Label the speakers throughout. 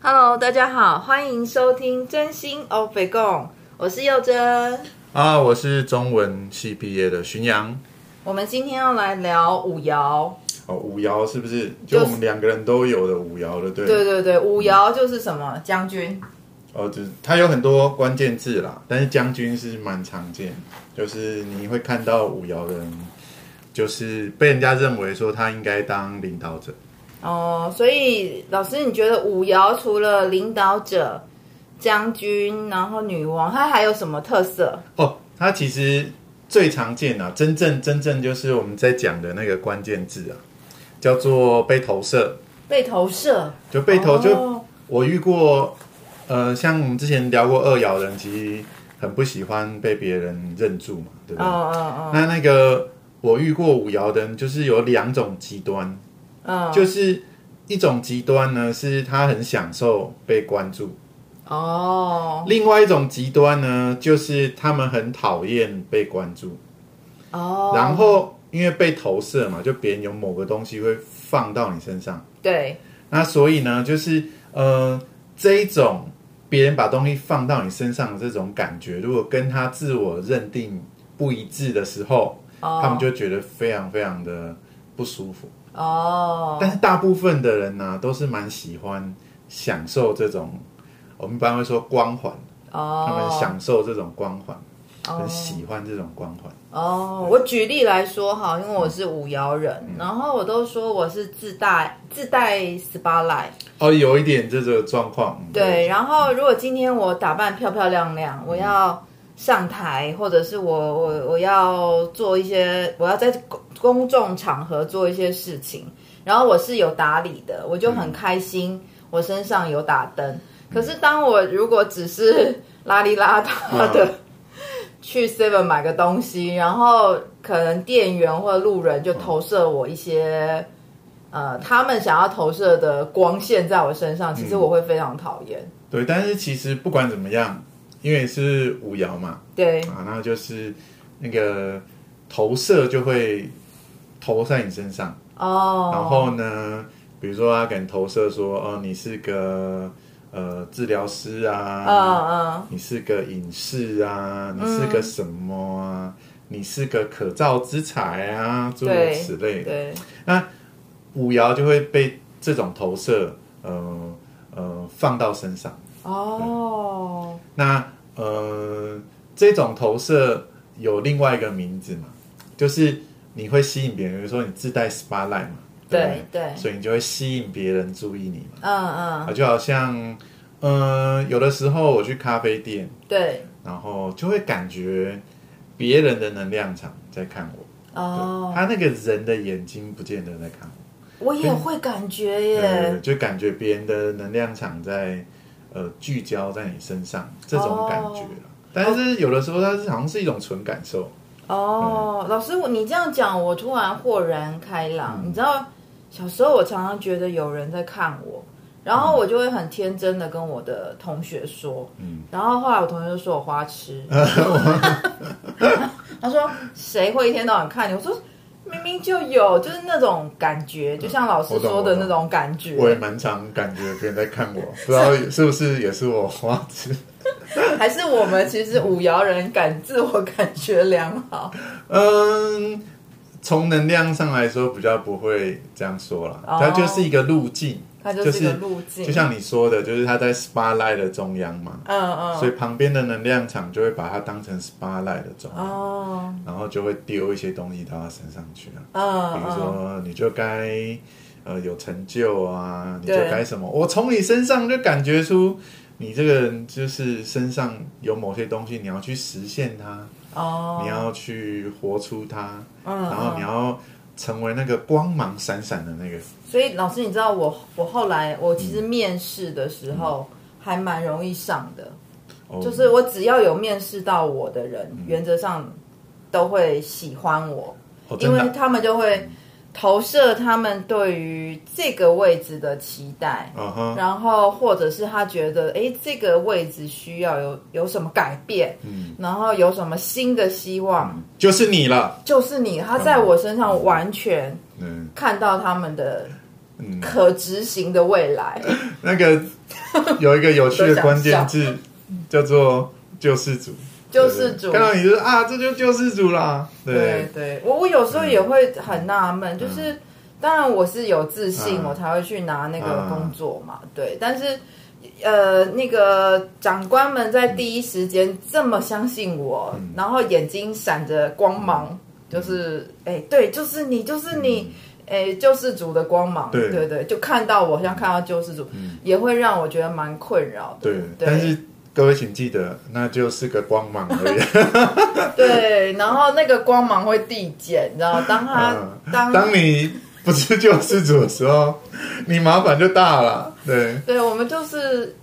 Speaker 1: Hello，大家好，欢迎收听《真心欧北共》，我是佑真。
Speaker 2: 啊，我是中文系毕业的巡洋。
Speaker 1: 我们今天要来聊五爻，
Speaker 2: 哦，五爻是不是？
Speaker 1: 就
Speaker 2: 就是我们两个人都有的五爻了，对。
Speaker 1: 对对对，五爻就是什么将军，
Speaker 2: 哦，就是它有很多关键字啦，但是将军是蛮常见，就是你会看到五爻的人，就是被人家认为说他应该当领导者。
Speaker 1: 哦，所以老师，你觉得五爻除了领导者、将军，然后女王，它还有什么特色？
Speaker 2: 哦，它其实最常见啊，真正真正就是我们在讲的那个关键字啊，叫做被投射，
Speaker 1: 被投射，
Speaker 2: 就被投就
Speaker 1: 哦
Speaker 2: 我遇过，呃，像我们之前聊过二爻人，其实很不喜欢被别人认住嘛，对不
Speaker 1: 哦
Speaker 2: 对？
Speaker 1: 哦
Speaker 2: 那那个我遇过五爻的人，就是有两种极端，
Speaker 1: 哦，嗯，
Speaker 2: 就是一种极端呢是他很享受被关注，
Speaker 1: 哦
Speaker 2: 另外一种极端呢就是他们很讨厌被关注，
Speaker 1: 哦，
Speaker 2: 然后因为被投射嘛，就别人有某个东西会放到你身上。
Speaker 1: 对，
Speaker 2: 那所以呢，就是呃，这一种别人把东西放到你身上的这种感觉，如果跟他自我认定不一致的时候，
Speaker 1: 哦
Speaker 2: 他们就觉得非常非常的不舒服。
Speaker 1: 哦，
Speaker 2: 但是大部分的人呢、都是蛮喜欢享受这种，我们一般会说光环，
Speaker 1: 哦，
Speaker 2: 他们享受这种光环，
Speaker 1: 哦
Speaker 2: 很喜欢这种光环。
Speaker 1: 哦，我举例来说哈，因为我是五爻人，然后我都说我是自带自带 s p a l i g h t
Speaker 2: 哦，有一点这个状况，嗯
Speaker 1: 对，，然后如果今天我打扮漂漂亮亮，我要上台，或者是我我我要做一些，我要在公公众场合做一些事情，然后我是有打理的，我就很开心，我身上有打灯。可是当我如果只是邋里邋遢的、
Speaker 2: 嗯
Speaker 1: 去 Seven 买个东西，然后可能店员或者路人就投射我一些、呃他们想要投射的光线在我身上，其实我会非常讨厌。
Speaker 2: 对，但是其实不管怎么样，因为是五爻嘛，
Speaker 1: 对，
Speaker 2: 啊，那就是那个投射就会投在你身上。
Speaker 1: 哦，
Speaker 2: 然后呢，比如说他可能投射说，哦，你是个呃治疗师啊，
Speaker 1: 嗯
Speaker 2: 你是个影视啊，你是个什么啊，你是个可造之材啊，诸如
Speaker 1: 对
Speaker 2: 此
Speaker 1: 嗯，
Speaker 2: 类的。
Speaker 1: 对，
Speaker 2: 五爻就会被这种投射，呃呃放到身上。
Speaker 1: 哦，
Speaker 2: 那呃，这种投射有另外一个名字嘛，就是你会吸引别人，比如说你自带 spotlight 嘛，不
Speaker 1: 对对，
Speaker 2: 所以你就会吸引别人注意你嘛。
Speaker 1: 嗯
Speaker 2: 啊，就好像，嗯，有的时候我去咖啡店，
Speaker 1: 嗯，对，
Speaker 2: 然后就会感觉别人的能量场在看我，对
Speaker 1: 哦，
Speaker 2: 他那个人的眼睛不见得在看我，
Speaker 1: 我也会感觉
Speaker 2: 对，
Speaker 1: 耶，
Speaker 2: 就感觉别人的能量场在呃聚焦在你身上这种感觉啦。但是有的时候它是好像是一种纯感受，嗯
Speaker 1: 哦，老师，我你这样讲，我突然豁然开朗。你知道，小时候我常常觉得有人在看我，然后我就会很天真的跟我的同学说，
Speaker 2: 嗯
Speaker 1: 然后后来我同学就说我花 痴，他说谁会一天到晚看你？我说明明就有，就是那种感觉，就像老师
Speaker 2: 我懂
Speaker 1: 说的
Speaker 2: 我
Speaker 1: 那
Speaker 2: 懂
Speaker 1: 种感觉。
Speaker 2: 嗯我也蛮常感觉别人在看我，不知道是不是也是我花 痴。
Speaker 1: 还是我们其实五爻人感自我感觉良好
Speaker 2: 嗯，从能量上来说，比较不会这样说啦，
Speaker 1: 哦
Speaker 2: 它就是一个路径，
Speaker 1: 它就是一个路径
Speaker 2: 就是就像你说的，就是它在 spotlight 的中央嘛，
Speaker 1: 嗯嗯，
Speaker 2: 所以旁边的能量场就会把它当成 spotlight 的中央，
Speaker 1: 哦，
Speaker 2: 然后就会丢一些东西到他身上去啊，
Speaker 1: 嗯
Speaker 2: 比如
Speaker 1: 嗯，
Speaker 2: 说你就该呃有成就啊，你就
Speaker 1: 对
Speaker 2: 该什么，我从你身上就感觉出。你这个人就是身上有某些东西，你要去实现它，
Speaker 1: 哦，
Speaker 2: 你要去活出它，
Speaker 1: 嗯，
Speaker 2: 然后你要成为那个光芒闪闪的那个，
Speaker 1: 所以老师，你知道我我后来我其实面试的时候还蛮容易上的，
Speaker 2: 哦
Speaker 1: 就是我只要有面试到我的人，原则上都会喜欢我，
Speaker 2: 哦，真
Speaker 1: 因为
Speaker 2: 的
Speaker 1: 他们就会投射他们对于这个位置的期待。
Speaker 2: 啊，嗯哼，
Speaker 1: 然后或者是他觉得，哎，这个位置需要有有什么改变，
Speaker 2: 嗯
Speaker 1: 然后有什么新的希望，
Speaker 2: 就是你了，
Speaker 1: 就是你，他在我身上完全
Speaker 2: 嗯，
Speaker 1: 看到他们的可执行的未来。
Speaker 2: 那 个有一个有趣的关键字叫做救世主，
Speaker 1: 救世主
Speaker 2: 对不对看到你就是啊，这就救世主啦，
Speaker 1: 对
Speaker 2: 对，
Speaker 1: 对，我我有时候也会很纳闷，就是当然我是有自信，
Speaker 2: 嗯
Speaker 1: 我才会去拿那个工作嘛，对，但是。呃，那个长官们在第一时间这么相信我，
Speaker 2: 嗯
Speaker 1: 然后眼睛闪着光芒，就是哎，对，就是你，就是你，哎，救世主的光芒，
Speaker 2: 嗯对嗯
Speaker 1: 对对，就看到我，像看到救世主，也会让我觉得蛮困扰的。
Speaker 2: 对，但是各位请记得，那就是个光芒而已。
Speaker 1: 对，然后那个光芒会递减，你知道，当他、当
Speaker 2: 嗯当你不是救世主的时候，你麻烦就大了。对，
Speaker 1: 对，我们就是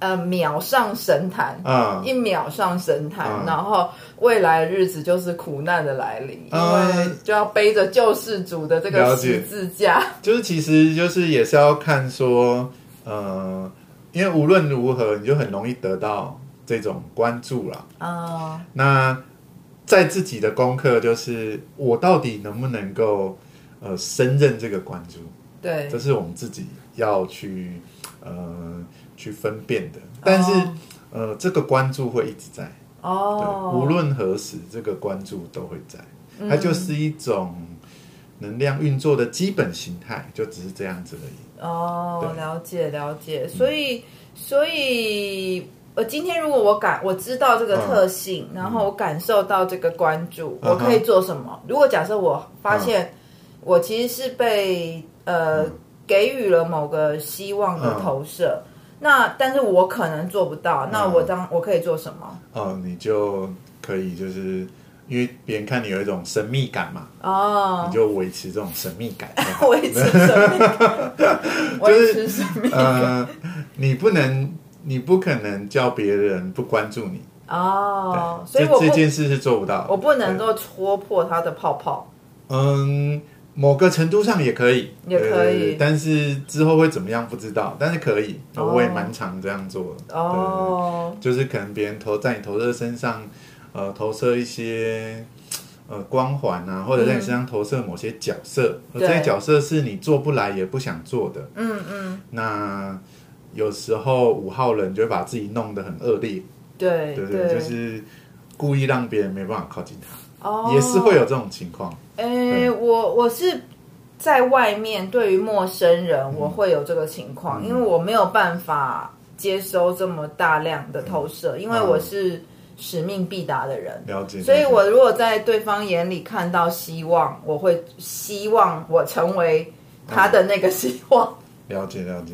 Speaker 1: 呃秒上神坛，
Speaker 2: 啊、
Speaker 1: 一秒上神坛，
Speaker 2: 嗯
Speaker 1: 然后未来日子就是苦难的来临，因为
Speaker 2: 嗯
Speaker 1: 就要背着救世主的这个
Speaker 2: 了解
Speaker 1: 十字架。
Speaker 2: 就是其实就是也是要看说，呃，因为无论如何，你就很容易得到这种关注啦。
Speaker 1: 啊、
Speaker 2: 那在自己的功课就是，我到底能不能够呃胜任这个关注？
Speaker 1: 对
Speaker 2: 这，是我们自己要去呃去分辨的。但是、
Speaker 1: 哦
Speaker 2: 呃，这个关注会一直在，对，
Speaker 1: 哦，嗯
Speaker 2: 无论何时，这个关注都会在。它就是一种能量运作的基本形态，就只是这样子而已。
Speaker 1: 哦，
Speaker 2: 对嗯
Speaker 1: 了解了解，所以所以。我今天如果我感我知道这个特性，然后我感受到这个关注，
Speaker 2: 嗯嗯哼嗯
Speaker 1: 我可以做什么？如果假设我发现我其实是被呃、给予了某个希望的
Speaker 2: 嗯
Speaker 1: 投射，那但是我可能做不到，那
Speaker 2: 嗯
Speaker 1: 我当我可以做什么？
Speaker 2: 哦，你就可以就是因为别人看你有一种神秘感嘛，
Speaker 1: 哦
Speaker 2: 你，就维持这种神秘感。
Speaker 1: 维持生 命，维持生命
Speaker 2: 呃，你不能，你不可能叫别人不关注你，
Speaker 1: 哦，所
Speaker 2: 这
Speaker 1: 以我
Speaker 2: 这
Speaker 1: 不
Speaker 2: 件事是做不到的。
Speaker 1: 我不能
Speaker 2: 对。
Speaker 1: 够戳破它的泡泡。
Speaker 2: 嗯，某个程度上也可以，
Speaker 1: 也可以
Speaker 2: 呃但是之后会怎么样不知道，但是可以，
Speaker 1: 哦
Speaker 2: 我也蛮常这样做的。
Speaker 1: 哦
Speaker 2: 对，就是可能别人投在你投射身上，呃，投射一些呃光环啊，或者在你身上投射某些角色，而
Speaker 1: 对
Speaker 2: 这些角色是你做不来也不想做的，
Speaker 1: 嗯嗯，
Speaker 2: 那。有时候五号人就会把自己弄得很恶劣，
Speaker 1: 对
Speaker 2: 对对，就是故意让别人没办法靠近他，
Speaker 1: 哦，
Speaker 2: 也是会有这种情况。
Speaker 1: 诶，我我是在外面对于陌生
Speaker 2: 嗯
Speaker 1: 人，我会有这个情况，因为我没有办法接收这么大量的投射，因为我是使命必达的人。
Speaker 2: 嗯了解，
Speaker 1: 所以，
Speaker 2: 了解
Speaker 1: 我如果在对方眼里看到希望，我会希望我成为他的那个希 望。
Speaker 2: 了解了解，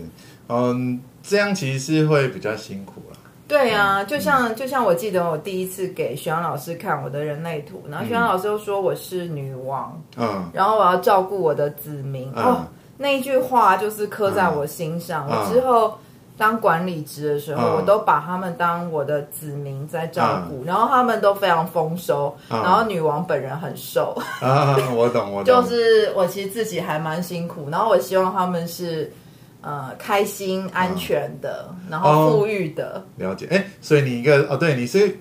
Speaker 2: 嗯，这样其实是会比较辛苦啦。
Speaker 1: 对
Speaker 2: 嗯
Speaker 1: 啊，就像就像我记得我第一次给徐阳老师看我的人类图，然后徐阳老师又说我是女王，
Speaker 2: 嗯，
Speaker 1: 然后我要照顾我的子民。
Speaker 2: 嗯
Speaker 1: 哦，那一句话就是刻在我心上。
Speaker 2: 嗯
Speaker 1: 我之后当管理职的时候，
Speaker 2: 嗯
Speaker 1: 我都把他们当我的子民在照顾，然后他们都非常丰收，
Speaker 2: 嗯
Speaker 1: 然后女王本人很瘦，
Speaker 2: 啊，我懂我懂，
Speaker 1: 就是我其实自己还蛮辛苦，然后我希望他们是。呃，开心、安全的，然后
Speaker 2: 哦
Speaker 1: 富裕的，
Speaker 2: 了解。哎，所以你一个哦，对，你是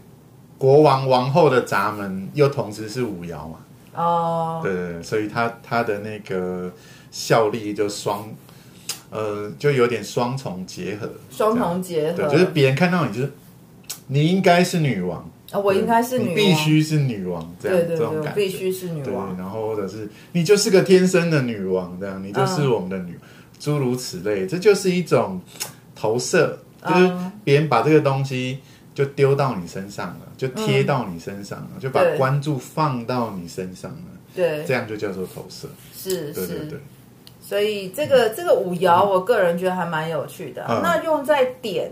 Speaker 2: 国王王后的闸门，又同时是五爻嘛，
Speaker 1: 哦、
Speaker 2: 对对对，所以他他的那个效力就双，呃，就有点双重结合，
Speaker 1: 双重结
Speaker 2: 这
Speaker 1: 合，
Speaker 2: 样对，就是别人看到你就是。你应该是女王，
Speaker 1: 啊我应该是女
Speaker 2: 你
Speaker 1: 王，
Speaker 2: 必，须是女王，这样
Speaker 1: 对对
Speaker 2: 这
Speaker 1: 对，
Speaker 2: 种
Speaker 1: 我
Speaker 2: 感觉
Speaker 1: 必须是女
Speaker 2: 对，
Speaker 1: 王，
Speaker 2: 然后或者是你就是个天生的女王，这样你就是我们的女，
Speaker 1: 嗯
Speaker 2: 诸如此类，这就是一种投射，就是
Speaker 1: 嗯
Speaker 2: 别人把这个东西就丢到你身上了，就贴到你身上了，就把
Speaker 1: 嗯对
Speaker 2: 关注放到你身上了，
Speaker 1: 对，
Speaker 2: 这样就叫做投射。
Speaker 1: 是
Speaker 2: 对
Speaker 1: 是，
Speaker 2: 对对，
Speaker 1: 所以这个这个舞爻，我个人觉得还蛮有趣的啊、
Speaker 2: 嗯
Speaker 1: 那用在点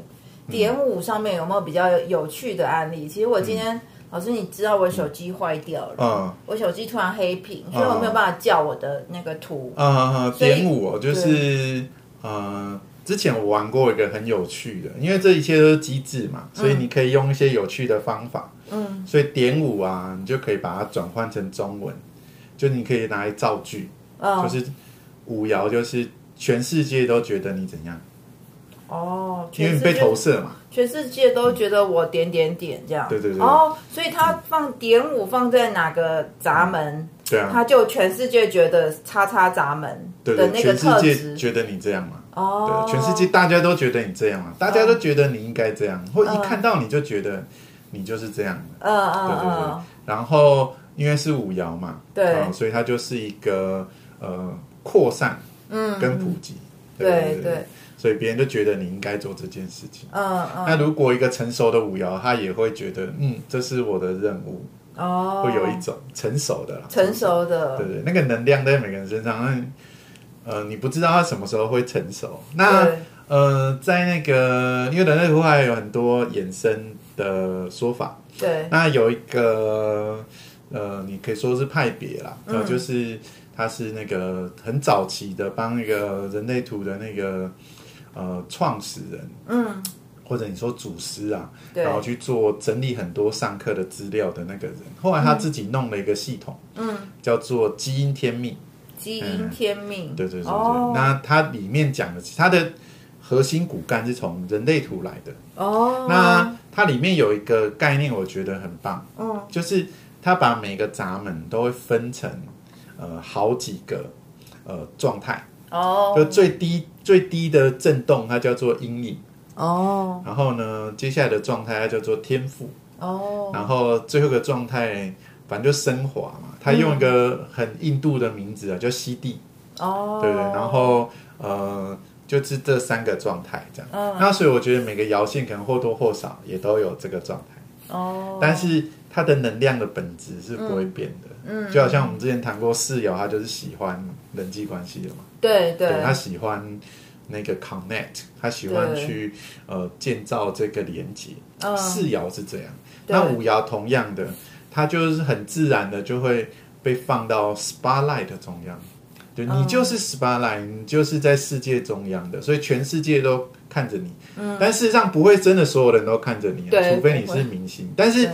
Speaker 1: 点舞上面有没有比较有趣的案例？其实我今天、老师，你知道我手机坏掉了，
Speaker 2: 嗯
Speaker 1: 我手机突然黑屏，所以我没有办法叫我的那个图。
Speaker 2: 呃，
Speaker 1: 所以
Speaker 2: 点五哦，就是呃，之前我玩过一个很有趣的，因为这一切都是机制嘛，所以你可以用一些有趣的方法。
Speaker 1: 嗯，
Speaker 2: 所以点五啊，你就可以把它转换成中文，就你可以拿来造句，
Speaker 1: 嗯，
Speaker 2: 就是五爻，就是全世界都觉得你怎样，
Speaker 1: 哦，
Speaker 2: 因为
Speaker 1: 全
Speaker 2: 你
Speaker 1: 世
Speaker 2: 被
Speaker 1: 界
Speaker 2: 投射嘛。
Speaker 1: 全世界都觉得我点点点这样，
Speaker 2: 对对对
Speaker 1: 哦，所以他放点五放在哪个闸门，
Speaker 2: 对啊，
Speaker 1: 他就全世界觉得叉叉闸门
Speaker 2: 对
Speaker 1: 的
Speaker 2: 对，
Speaker 1: 那个
Speaker 2: 全世
Speaker 1: 特
Speaker 2: 界
Speaker 1: 质，
Speaker 2: 觉得你这样嘛，
Speaker 1: 哦嗯
Speaker 2: 对，，全世界大家都觉得你这样嘛，大家都觉得你应该这样，或一看到你就觉得你就是这样的，
Speaker 1: 嗯，嗯
Speaker 2: 对对
Speaker 1: 嗯
Speaker 2: 对
Speaker 1: 嗯，。
Speaker 2: 然后因为是五爻嘛，
Speaker 1: 对
Speaker 2: 啊所以它就是一个呃扩散，嗯，跟普及，
Speaker 1: 对
Speaker 2: 对
Speaker 1: 对，
Speaker 2: 所以别人就觉得你应该做这件事情。
Speaker 1: 嗯嗯，
Speaker 2: 那如果一个成熟的五爻，他也会觉得，嗯，这是我的任务，
Speaker 1: 哦，
Speaker 2: 会有一种成熟的啦，
Speaker 1: 成熟的，
Speaker 2: 对对，那个能量在每个人身上，那你呃，你不知道它什么时候会成熟。那
Speaker 1: 对
Speaker 2: 呃，在那个因为人类图还有很多衍生的说法，
Speaker 1: 对，
Speaker 2: 那有一个呃，你可以说是派别啦，呃，
Speaker 1: 嗯
Speaker 2: 就是它是那个很早期的帮那个人类图的那个呃创始人，
Speaker 1: 嗯，
Speaker 2: 或者你说祖师啊，
Speaker 1: 对
Speaker 2: 然后去做整理很多上课的资料的那个人，后来他自己弄了一个系统，
Speaker 1: 嗯，
Speaker 2: 叫做基因天命。
Speaker 1: 基因天命，
Speaker 2: 嗯对对对对，
Speaker 1: 哦
Speaker 2: 那它里面讲的，它的核心骨干是从人类图来的。
Speaker 1: 哦，
Speaker 2: 那它里面有一个概念，我觉得很棒，
Speaker 1: 嗯
Speaker 2: 就是它把每个闸门都会分成呃好几个呃状态，
Speaker 1: 哦
Speaker 2: 就最低最低的震动它叫做阴影，
Speaker 1: 哦
Speaker 2: 然后呢接下来的状态它叫做天赋，
Speaker 1: 哦
Speaker 2: 然后最后一个状态反正就升华嘛，它用一个很印度的名字啊，叫西地。
Speaker 1: 嗯哦，
Speaker 2: 对对，然后呃，就是这三个状态这样。
Speaker 1: 嗯
Speaker 2: 那所以我觉得每个爻线可能或多或少也都有这个状态，
Speaker 1: 哦，
Speaker 2: 但是它的能量的本质是不会变的。
Speaker 1: 嗯
Speaker 2: 就好像我们之前谈过室友，他就是喜欢人际关系的嘛，
Speaker 1: 对对
Speaker 2: 他喜欢那个 connect，他喜欢
Speaker 1: 对
Speaker 2: 去呃建造这个连接。
Speaker 1: 嗯
Speaker 2: 四爻是这样，
Speaker 1: 对
Speaker 2: 那五爻同样的，它就是很自然的就会被放到 spotlight 的中央，
Speaker 1: 嗯
Speaker 2: 对你就是 spotlight，、你就是在世界中央的，所以全世界都看着你。嗯，但事实上不会真的所有人都看着你、啊，
Speaker 1: 对
Speaker 2: 除非你
Speaker 1: 不会
Speaker 2: 是明星。但是
Speaker 1: 对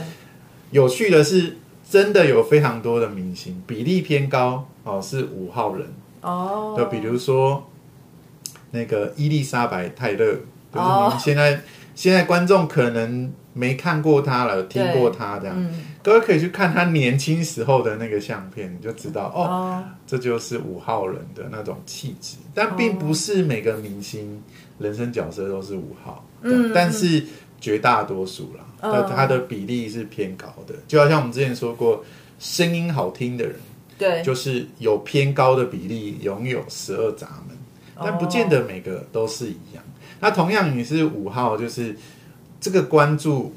Speaker 2: 有趣的是，真的有非常多的明星，比例偏高哦，是五号人。
Speaker 1: 哦，
Speaker 2: 就比如说那个伊丽莎白泰勒，就是
Speaker 1: 哦
Speaker 2: 你现在、现在观众可能没看过她了，听过她这样，
Speaker 1: 嗯
Speaker 2: 各位可以去看她年轻时候的那个相片，你就知道哦，
Speaker 1: 哦
Speaker 2: 这就是五号人的那种气质。但并不是每个明星人生角色都是五号，
Speaker 1: 嗯
Speaker 2: 对但是绝大多数啦，
Speaker 1: 嗯
Speaker 2: 那、它的比例是偏高的。就好像我们之前说过，声音好听的人。
Speaker 1: 对
Speaker 2: 就是有偏高的比例拥有十二闸门，
Speaker 1: 哦
Speaker 2: 但不见得每个都是一样。那同样你是五号，就是这个关注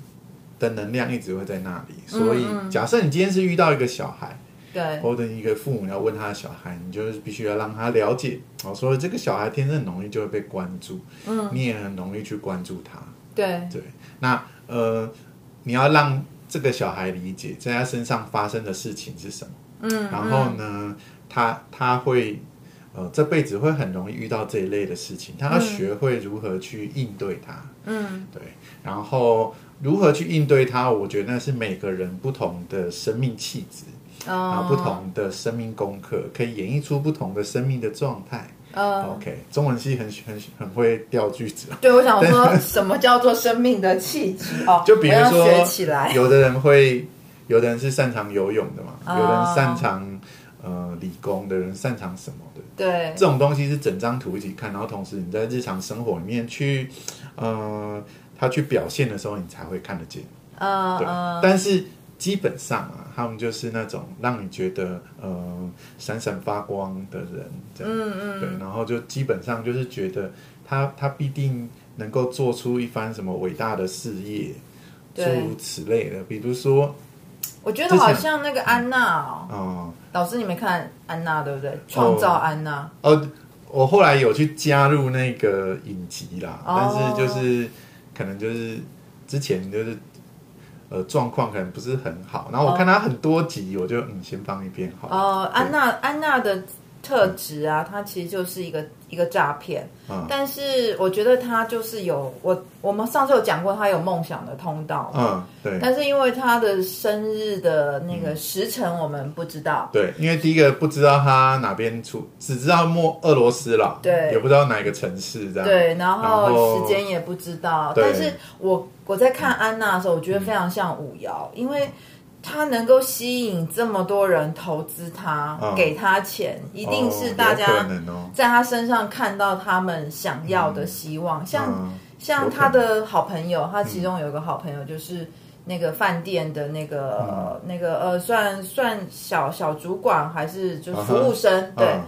Speaker 2: 的能量一直会在那里。所以
Speaker 1: 嗯
Speaker 2: 假设你今天是遇到一个小孩，
Speaker 1: 对
Speaker 2: 或者一个父母要问他的小孩，你就是必须要让他了解，哦，所以这个小孩天生很容易就会被关注，
Speaker 1: 嗯，
Speaker 2: 你也很容易去关注他。
Speaker 1: 对
Speaker 2: 对，那呃，你要让这个小孩理解在他身上发生的事情是什么。
Speaker 1: 嗯，
Speaker 2: 然后呢，他他会呃这辈子会很容易遇到这一类的事情，他要学会如何去应对它，
Speaker 1: 嗯
Speaker 2: 对，然后如何去应对它，我觉得那是每个人不同的生命气质，然
Speaker 1: 哦
Speaker 2: 后不同的生命功课，可以演绎出不同的生命的状态。
Speaker 1: 呃，
Speaker 2: OK，中文系很很很会掉句子哦。
Speaker 1: 对我想说什么叫做生命的气 质哦，
Speaker 2: 就比如
Speaker 1: 我要
Speaker 2: 说
Speaker 1: 学起来
Speaker 2: 有的人会，有的人是擅长游泳的嘛，
Speaker 1: 哦
Speaker 2: 有人擅长呃理工的，有人擅长什么的。
Speaker 1: 对
Speaker 2: 这种东西是整张图一起看，然后同时你在日常生活里面去，呃，他去表现的时候，你才会看得见。
Speaker 1: 嗯
Speaker 2: 对，
Speaker 1: 嗯
Speaker 2: 但是基本上啊，他们就是那种让你觉得呃闪闪发光的人，这样，嗯嗯，对，然后就基本上就是觉得他他必定能够做出一番什么伟大的事业，诸
Speaker 1: 对
Speaker 2: 如此类的，比如说，
Speaker 1: 我觉得
Speaker 2: 之前
Speaker 1: 好像那个安娜哦，
Speaker 2: 啊、
Speaker 1: 老师你没看安娜对不对？创造安娜，
Speaker 2: 哦，我后来有去加入那个影集啦，
Speaker 1: 哦
Speaker 2: 但是就是可能就是之前就是呃状况可能不是很好，然后我看他很多集，我就嗯先放一边好了。
Speaker 1: 哦哦，安娜安娜的特质啊，它其实就是一个一个诈骗。
Speaker 2: 嗯
Speaker 1: 但是我觉得它就是有我我们上次有讲过，它有梦想的通道。
Speaker 2: 嗯，对
Speaker 1: 但是因为他的生日的那
Speaker 2: 嗯
Speaker 1: 个时辰我们不知道，
Speaker 2: 对，因为第一个不知道他哪边出，只知道莫俄罗斯了，
Speaker 1: 对
Speaker 2: 也不知道哪个城市这样，
Speaker 1: 对，然
Speaker 2: 嗯然后
Speaker 1: 后时间也不知道。
Speaker 2: 对嗯
Speaker 1: 但是我我在看安娜的时候，我觉得非常像五爻，因为他能够吸引这么多人投资他，
Speaker 2: 嗯
Speaker 1: 给他钱，一
Speaker 2: 一
Speaker 1: 定是大
Speaker 2: 哦可
Speaker 1: 家
Speaker 2: 能哦，
Speaker 1: 在他身上看到他们想要的希望，像。
Speaker 2: 嗯
Speaker 1: 像他的好朋友，他其中有一个好朋友就是那个饭店的那个、
Speaker 2: 嗯
Speaker 1: 呃那个呃，算算小小主管还是就是服务生，对、
Speaker 2: 嗯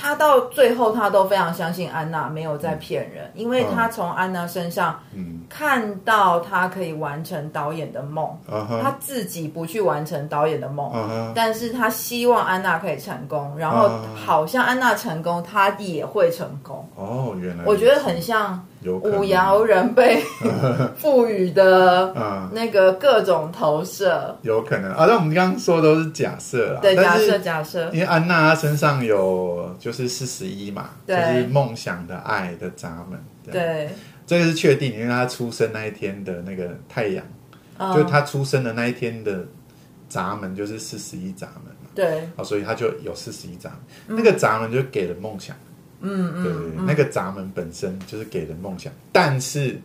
Speaker 1: 他到最后他都非常相信安娜没有在骗人，因为他从安娜身上
Speaker 2: 嗯
Speaker 1: 看到他可以完成导演的梦，
Speaker 2: 啊
Speaker 1: 他
Speaker 2: 哈
Speaker 1: 自己不去完成导演的梦。
Speaker 2: 啊哈，
Speaker 1: 但是他希望安娜可以成功，然后
Speaker 2: 嗯
Speaker 1: 好像安娜成功，他也会成功。
Speaker 2: 哦，原来
Speaker 1: 我觉得很像
Speaker 2: 有可能
Speaker 1: 五爻人被 赋予的
Speaker 2: 嗯
Speaker 1: 那个各种投射，
Speaker 2: 有可能啊，但我们刚刚说的都是假设啦，
Speaker 1: 对，假
Speaker 2: 啊但是
Speaker 1: 设假设，
Speaker 2: 因为安娜她身上有就是四十一嘛，就
Speaker 1: 对
Speaker 2: 是梦想的爱的闸门，这样，
Speaker 1: 对，
Speaker 2: 这个是确定，因为她出生那一天的那个太阳，就
Speaker 1: 嗯，
Speaker 2: 她出生的那一天的闸门就是四十一闸门嘛，
Speaker 1: 对，
Speaker 2: 啊，所以她就有四十一闸门，那个闸门就给了梦想，
Speaker 1: 嗯
Speaker 2: 对对
Speaker 1: 嗯，
Speaker 2: 对，那个闸门本身就是给了梦想，但是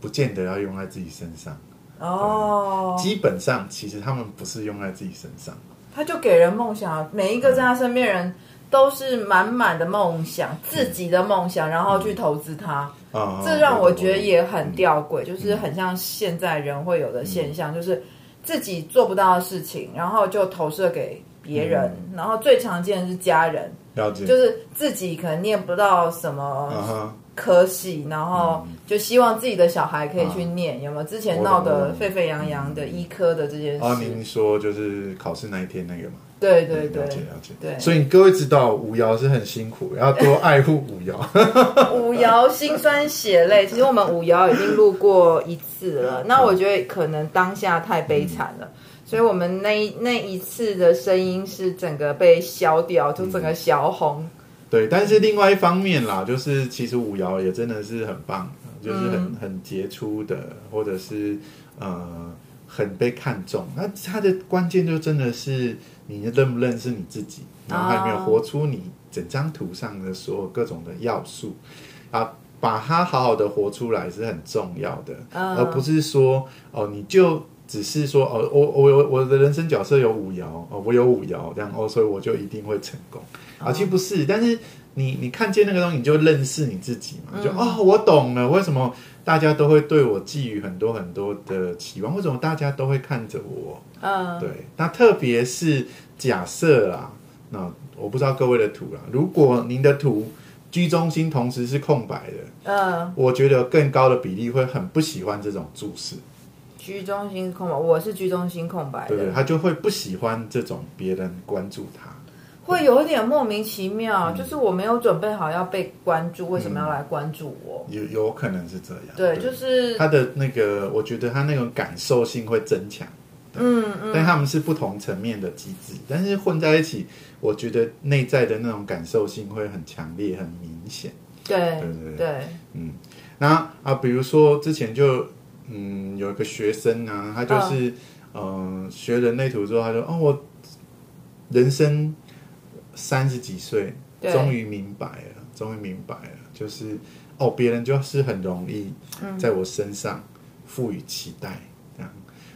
Speaker 2: 不见得要用在自己身上，
Speaker 1: 哦，
Speaker 2: 基本上其实他们不是用在自己身上，
Speaker 1: 他就给人梦想，每一个在他身边的人都是满满的梦想，自己的梦想，然后去投资他，
Speaker 2: 啊、
Speaker 1: 哦这让我觉得也
Speaker 2: 嗯
Speaker 1: 很吊诡，就是很像现在人会有的现象，就是自己做不到的事情，然后就投射给
Speaker 2: 嗯
Speaker 1: 别人，然后最常见的是家人，
Speaker 2: 了解，
Speaker 1: 就是自己可能念不到什
Speaker 2: 啊
Speaker 1: 么
Speaker 2: 哈。
Speaker 1: 科系，然后
Speaker 2: 嗯
Speaker 1: 就希望自己的小孩可以去念，有没有？之前闹得沸沸扬扬
Speaker 2: 嗯
Speaker 1: 的医科的这件
Speaker 2: 哦，
Speaker 1: 事，
Speaker 2: 您说就是考试那一天那个嘛？
Speaker 1: 对对
Speaker 2: 了解
Speaker 1: 对，
Speaker 2: 了解。
Speaker 1: 对
Speaker 2: 所以各位知道五爻是很辛苦，要多爱护五爻。
Speaker 1: 五爻心酸血泪，其实我们五爻已经录过一次了，
Speaker 2: 嗯
Speaker 1: 那我觉得可能当下太悲惨了。所以我们那一那一次的声音是整个被消掉，就整个小红。
Speaker 2: 嗯对，但是另外一方面啦，就是其实五爻也真的是很棒，就是很、很杰出的，或者是呃很被看重。那它的关键就真的是你认不认识你自己，然后还有没有活出你整张图上的所有各种的要素啊。把它好好的活出来是很重要的，
Speaker 1: 嗯
Speaker 2: 而不是说哦，你就只是说哦，我我我我的人生角色有五爻哦，我有五爻这样哦，所以我就一定会成功啊，其实不是，但是你你看见那个东西，你就认识你自己嘛，
Speaker 1: 嗯
Speaker 2: 你就哦，我懂了，为什么大家都会对我寄予很多很多的期望，为什么大家都会看着我？
Speaker 1: 嗯，
Speaker 2: 对，那特别是假设啦，那我不知道各位的图啦，如果您的图居中心同时是空白的，
Speaker 1: 嗯，
Speaker 2: 我觉得更高的比例会很不喜欢这种注释，
Speaker 1: 居中心空白，我是居中心空白
Speaker 2: 对不对？
Speaker 1: 的，
Speaker 2: 他就会不喜欢这种别人关注他。
Speaker 1: 会有一点莫名其妙，
Speaker 2: 嗯
Speaker 1: 就是我没有准备好要被关注，为什么要来关注我？
Speaker 2: 有有可能是这样，
Speaker 1: 对，就是
Speaker 2: 嗯他的那个，我觉得他那种感受性会增强。
Speaker 1: 嗯嗯，
Speaker 2: 但他们是不同层面的机制，但是混在一起，我觉得内在的那种感受性会很强烈、很明显。
Speaker 1: 对
Speaker 2: 对对
Speaker 1: 对，
Speaker 2: 那啊，比如说之前就嗯有一个学生啊，他就是嗯、呃学人类图之后，他就哦我人生三十几岁，
Speaker 1: 对
Speaker 2: 终于明白了，终于明白了，就是哦别人就是很容易在我身上赋予期待，这样，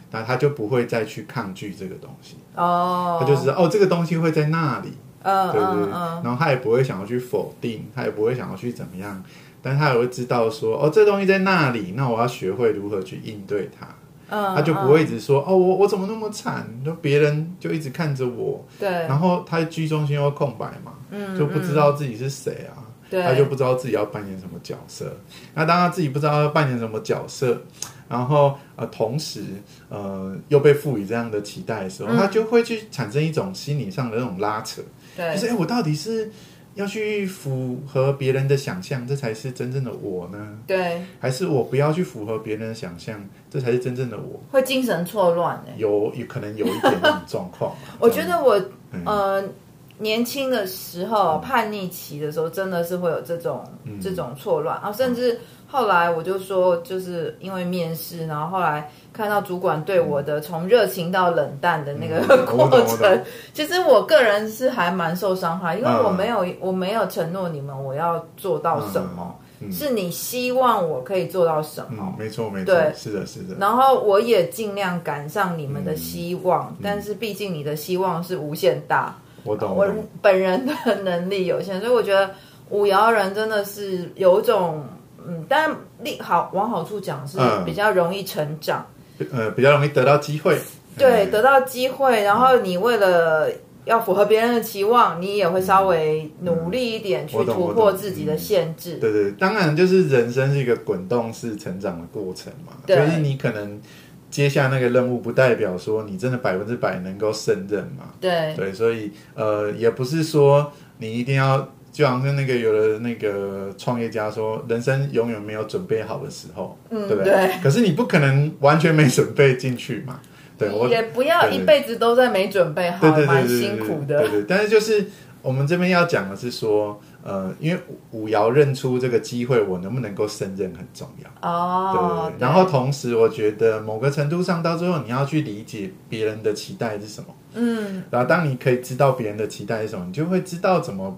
Speaker 2: 那他就不会再去抗拒这个东西，
Speaker 1: 哦，
Speaker 2: 他就知道哦这个东西会在那里，
Speaker 1: 嗯
Speaker 2: 对对
Speaker 1: 嗯
Speaker 2: 对，
Speaker 1: 嗯，
Speaker 2: 然后他也不会想要去否定，他也不会想要去怎么样，但他也会知道说，哦，这东西在那里，那我要学会如何去应对它，
Speaker 1: 嗯，
Speaker 2: 他就不会一直说，哦，我我怎么那么惨，就别人就一直看着我，
Speaker 1: 嗯对
Speaker 2: 然后他居中心又空白嘛，
Speaker 1: 嗯
Speaker 2: 就不知道自己是谁啊，
Speaker 1: 对，
Speaker 2: 他就不知道自己要扮演什么角色。那当他自己不知道要扮演什么角色，然后呃，同时呃又被赋予这样的期待的时候，
Speaker 1: 嗯
Speaker 2: 他就会去产生一种心理上的那种拉扯。
Speaker 1: 对
Speaker 2: 就是哎、诶我到底是要去符合别人的想象，这才是真正的我呢？
Speaker 1: 对，
Speaker 2: 还是我不要去符合别人的想象，这才是真正的我？
Speaker 1: 会精神错乱哎、 。
Speaker 2: 有有可能有一点这种状况
Speaker 1: 我觉得我
Speaker 2: 嗯
Speaker 1: 呃，年轻的时候、叛逆期的时候，真的是会有这种、
Speaker 2: 嗯
Speaker 1: 这种错乱啊，甚至后来我就说，就是因为面试，然后后来看到主管对我的从热情到冷淡的那个
Speaker 2: 嗯
Speaker 1: 过
Speaker 2: 我懂我
Speaker 1: 程
Speaker 2: 懂，
Speaker 1: 其实我个人是还蛮受伤害，因为
Speaker 2: 嗯
Speaker 1: 我没有、我没有承诺你们我要做到什么，是你希望我可以做到什么。
Speaker 2: 嗯，没错没错
Speaker 1: 对，
Speaker 2: 是的，是的，
Speaker 1: 然后我也尽量赶上你们的希望，但是毕竟你的希望是无限大，
Speaker 2: 我懂，我
Speaker 1: 我
Speaker 2: 懂，
Speaker 1: 本人的能力有限，所以我觉得五爻人真的是有一种嗯，但利好往好处讲是
Speaker 2: 嗯
Speaker 1: 比较容易成长，
Speaker 2: 呃，比较容易得到机会，
Speaker 1: 对，
Speaker 2: 嗯
Speaker 1: 得到机会，然后你为了。要符合别人的期望，你也会稍微努力一点去
Speaker 2: 我懂
Speaker 1: 突
Speaker 2: 我
Speaker 1: 破
Speaker 2: 懂
Speaker 1: 自己的限制。
Speaker 2: 对对，当然就是人生是一个滚动式成长的过程嘛，
Speaker 1: 对
Speaker 2: 就是你可能接下那个任务，不代表说你真的百分之百能够胜任嘛。
Speaker 1: 对
Speaker 2: 对，所以呃，也不是说你一定要，就好像是那个有的那个创业家说，人生永远没有准备好的时候，
Speaker 1: 嗯
Speaker 2: 对不
Speaker 1: 对
Speaker 2: 可是你不可能完全没准备进去嘛。对我
Speaker 1: 也不要
Speaker 2: 对
Speaker 1: 一辈子都在没准备好
Speaker 2: 对对，
Speaker 1: 蛮
Speaker 2: 对对
Speaker 1: 辛
Speaker 2: 对
Speaker 1: 苦
Speaker 2: 对
Speaker 1: 的。
Speaker 2: 对，但是就是我们这边要讲的是说，呃，因为五五爻认出这个机会，我能不能够胜任很重要。
Speaker 1: 哦
Speaker 2: 对，，
Speaker 1: 对
Speaker 2: 然后同时，我觉得某个程度上，到最后你要去理解别人的期待是什么。
Speaker 1: 嗯
Speaker 2: 然后，当你可以知道别人的期待是什么，你就会知道怎么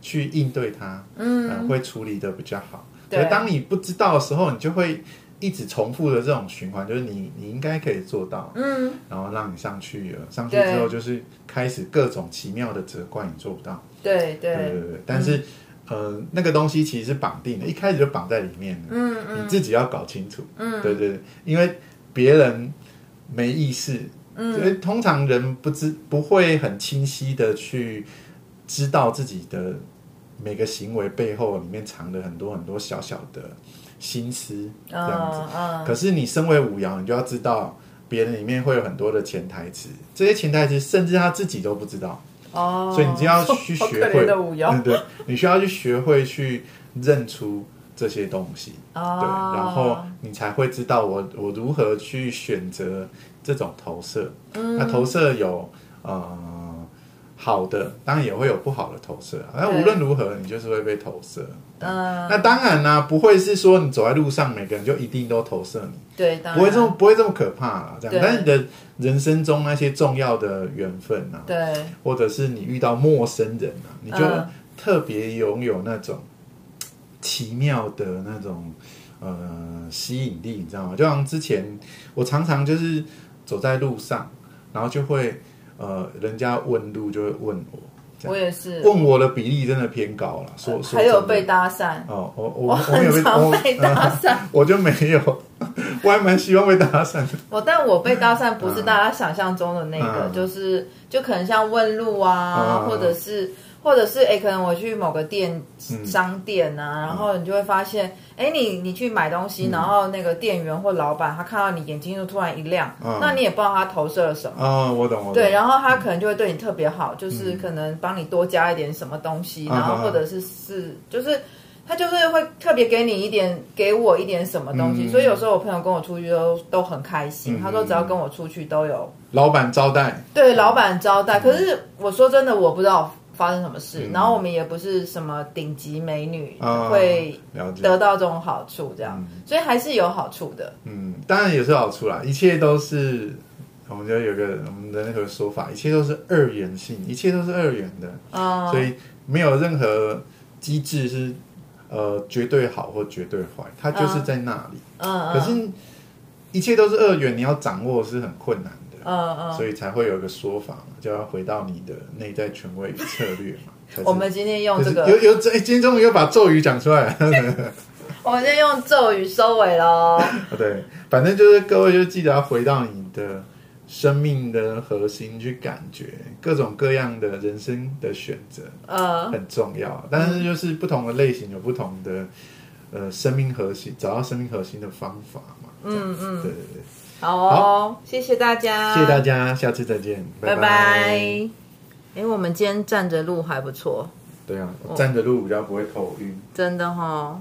Speaker 2: 去应对它，嗯、
Speaker 1: 嗯，
Speaker 2: 会处理的比较好。
Speaker 1: 对
Speaker 2: 可当你不知道的时候，你就会一直重复的这种循环，就是你你应该可以做到，
Speaker 1: 嗯，
Speaker 2: 然后让你上去了，上去
Speaker 1: 对
Speaker 2: 之后就是开始各种奇妙的责怪你做不到，
Speaker 1: 对嗯
Speaker 2: 对
Speaker 1: 对，
Speaker 2: 对对。但是，呃，那个东西其实是绑定的，一开始就绑在里面了，
Speaker 1: 嗯嗯
Speaker 2: 你自己要搞清楚，
Speaker 1: 嗯
Speaker 2: 对对对，因为别人没意识，
Speaker 1: 嗯，
Speaker 2: 所以通常人不知不会很清晰的去知道自己的每个行为背后里面藏的很多很多小小的心思，这样子。
Speaker 1: 嗯
Speaker 2: 可是你身为舞瑶，你就要知道别人里面会有很多的潜台词，这些潜台词甚至他自己都不知道，
Speaker 1: 嗯哦，
Speaker 2: 所以你就要去学
Speaker 1: 好可怜
Speaker 2: 会，
Speaker 1: 的五爻
Speaker 2: 对对，你需要去学会去认出这些东西。
Speaker 1: 哦，
Speaker 2: 对，然后你才会知道我我如何去选择这种投射。
Speaker 1: 嗯
Speaker 2: 那投射有呃好的，当然也会有不好的投射啊。那
Speaker 1: 对
Speaker 2: 无论如何，你就是会被投射。
Speaker 1: 嗯，
Speaker 2: 那当然啦、不会是说你走在路上，每个人就一定都投射你，
Speaker 1: 对，当然
Speaker 2: 不会这么不会这么可怕啦。这样
Speaker 1: 对，
Speaker 2: 但是你的人生中那些重要的缘分啊，
Speaker 1: 对，
Speaker 2: 或者是你遇到陌生人啊，你就
Speaker 1: 嗯
Speaker 2: 特别拥有那种嘖奇妙的那种呃吸引力，你知道吗？就好像之前我常常就是走在路上，然后就会呃人家问路就会问我，这样
Speaker 1: 我也是，嗯
Speaker 2: 问我的比例真的偏高了，说说
Speaker 1: 还有
Speaker 2: 真的
Speaker 1: 被搭讪，
Speaker 2: 哦，我
Speaker 1: 我
Speaker 2: 我我没有
Speaker 1: 很
Speaker 2: 被
Speaker 1: 常
Speaker 2: 我 啊
Speaker 1: 被搭讪，
Speaker 2: 我就没有， 我还蛮希望被搭讪的。
Speaker 1: 我但我被搭讪不是大家想象中的那个，
Speaker 2: 嗯
Speaker 1: 就是就可能像问路啊，
Speaker 2: 嗯
Speaker 1: 或者是或者是哎、诶可能我去某个店、
Speaker 2: 嗯
Speaker 1: 商店啊，然后你就会发现，哎、你你去买东
Speaker 2: 嗯
Speaker 1: 西，然后那个店员或老板他看到你眼睛就突然一亮，
Speaker 2: 嗯
Speaker 1: 那你也不知道他投射了什么。
Speaker 2: 哦，我懂我懂。
Speaker 1: 对，然后他可能就会对你特别好，就是可能帮你多加一点什么东西，
Speaker 2: 嗯
Speaker 1: 然后或者是是就是他就是会特别给你一点，给我一点什么东西。
Speaker 2: 嗯
Speaker 1: 所以有时候我朋友跟我出去都都很开心，
Speaker 2: 嗯
Speaker 1: 他说只要跟我出去都有
Speaker 2: 老板招待，
Speaker 1: 对老板招
Speaker 2: 嗯
Speaker 1: 待。可是我说真的，我不知道发生什么事，然后我们也不是什么顶级美女、
Speaker 2: 啊
Speaker 1: 会
Speaker 2: 了解。
Speaker 1: 得到这种好处，这样，所以还是有好处的。
Speaker 2: 嗯，当然也是好处啦，一切都是我们就有个我们的那个说法，一切都是二元性，一切都是二元的，
Speaker 1: 嗯，
Speaker 2: 所以没有任何机制是呃绝对好或绝对坏，它就是在那里。
Speaker 1: 嗯
Speaker 2: 可是一切都是二元，你要掌握是很困难的，
Speaker 1: 嗯嗯，
Speaker 2: 所以才会有一个说法嘛，就要回到你的内在权威与策略嘛。才 是
Speaker 1: 我们今天用
Speaker 2: 就是
Speaker 1: 这个
Speaker 2: 有有这、哎今天终于又把咒语讲出来了。
Speaker 1: 我们先用咒语收尾喽。
Speaker 2: 对，反正就是各位就记得要回到你的生命的核心去感觉各种各样的人生的选择
Speaker 1: 呃，
Speaker 2: 很重要，但是就是不同的类型有不同的呃生命核心，找到生命核心的方法嘛。嗯嗯，对对对，
Speaker 1: 好哦，谢谢大家，
Speaker 2: 谢谢大家，下次再见，
Speaker 1: 拜拜。
Speaker 2: 拜。
Speaker 1: 哎、我们今天站着录还不错，
Speaker 2: 对啊，我站着路比较不会头晕。
Speaker 1: 真的哈、哦。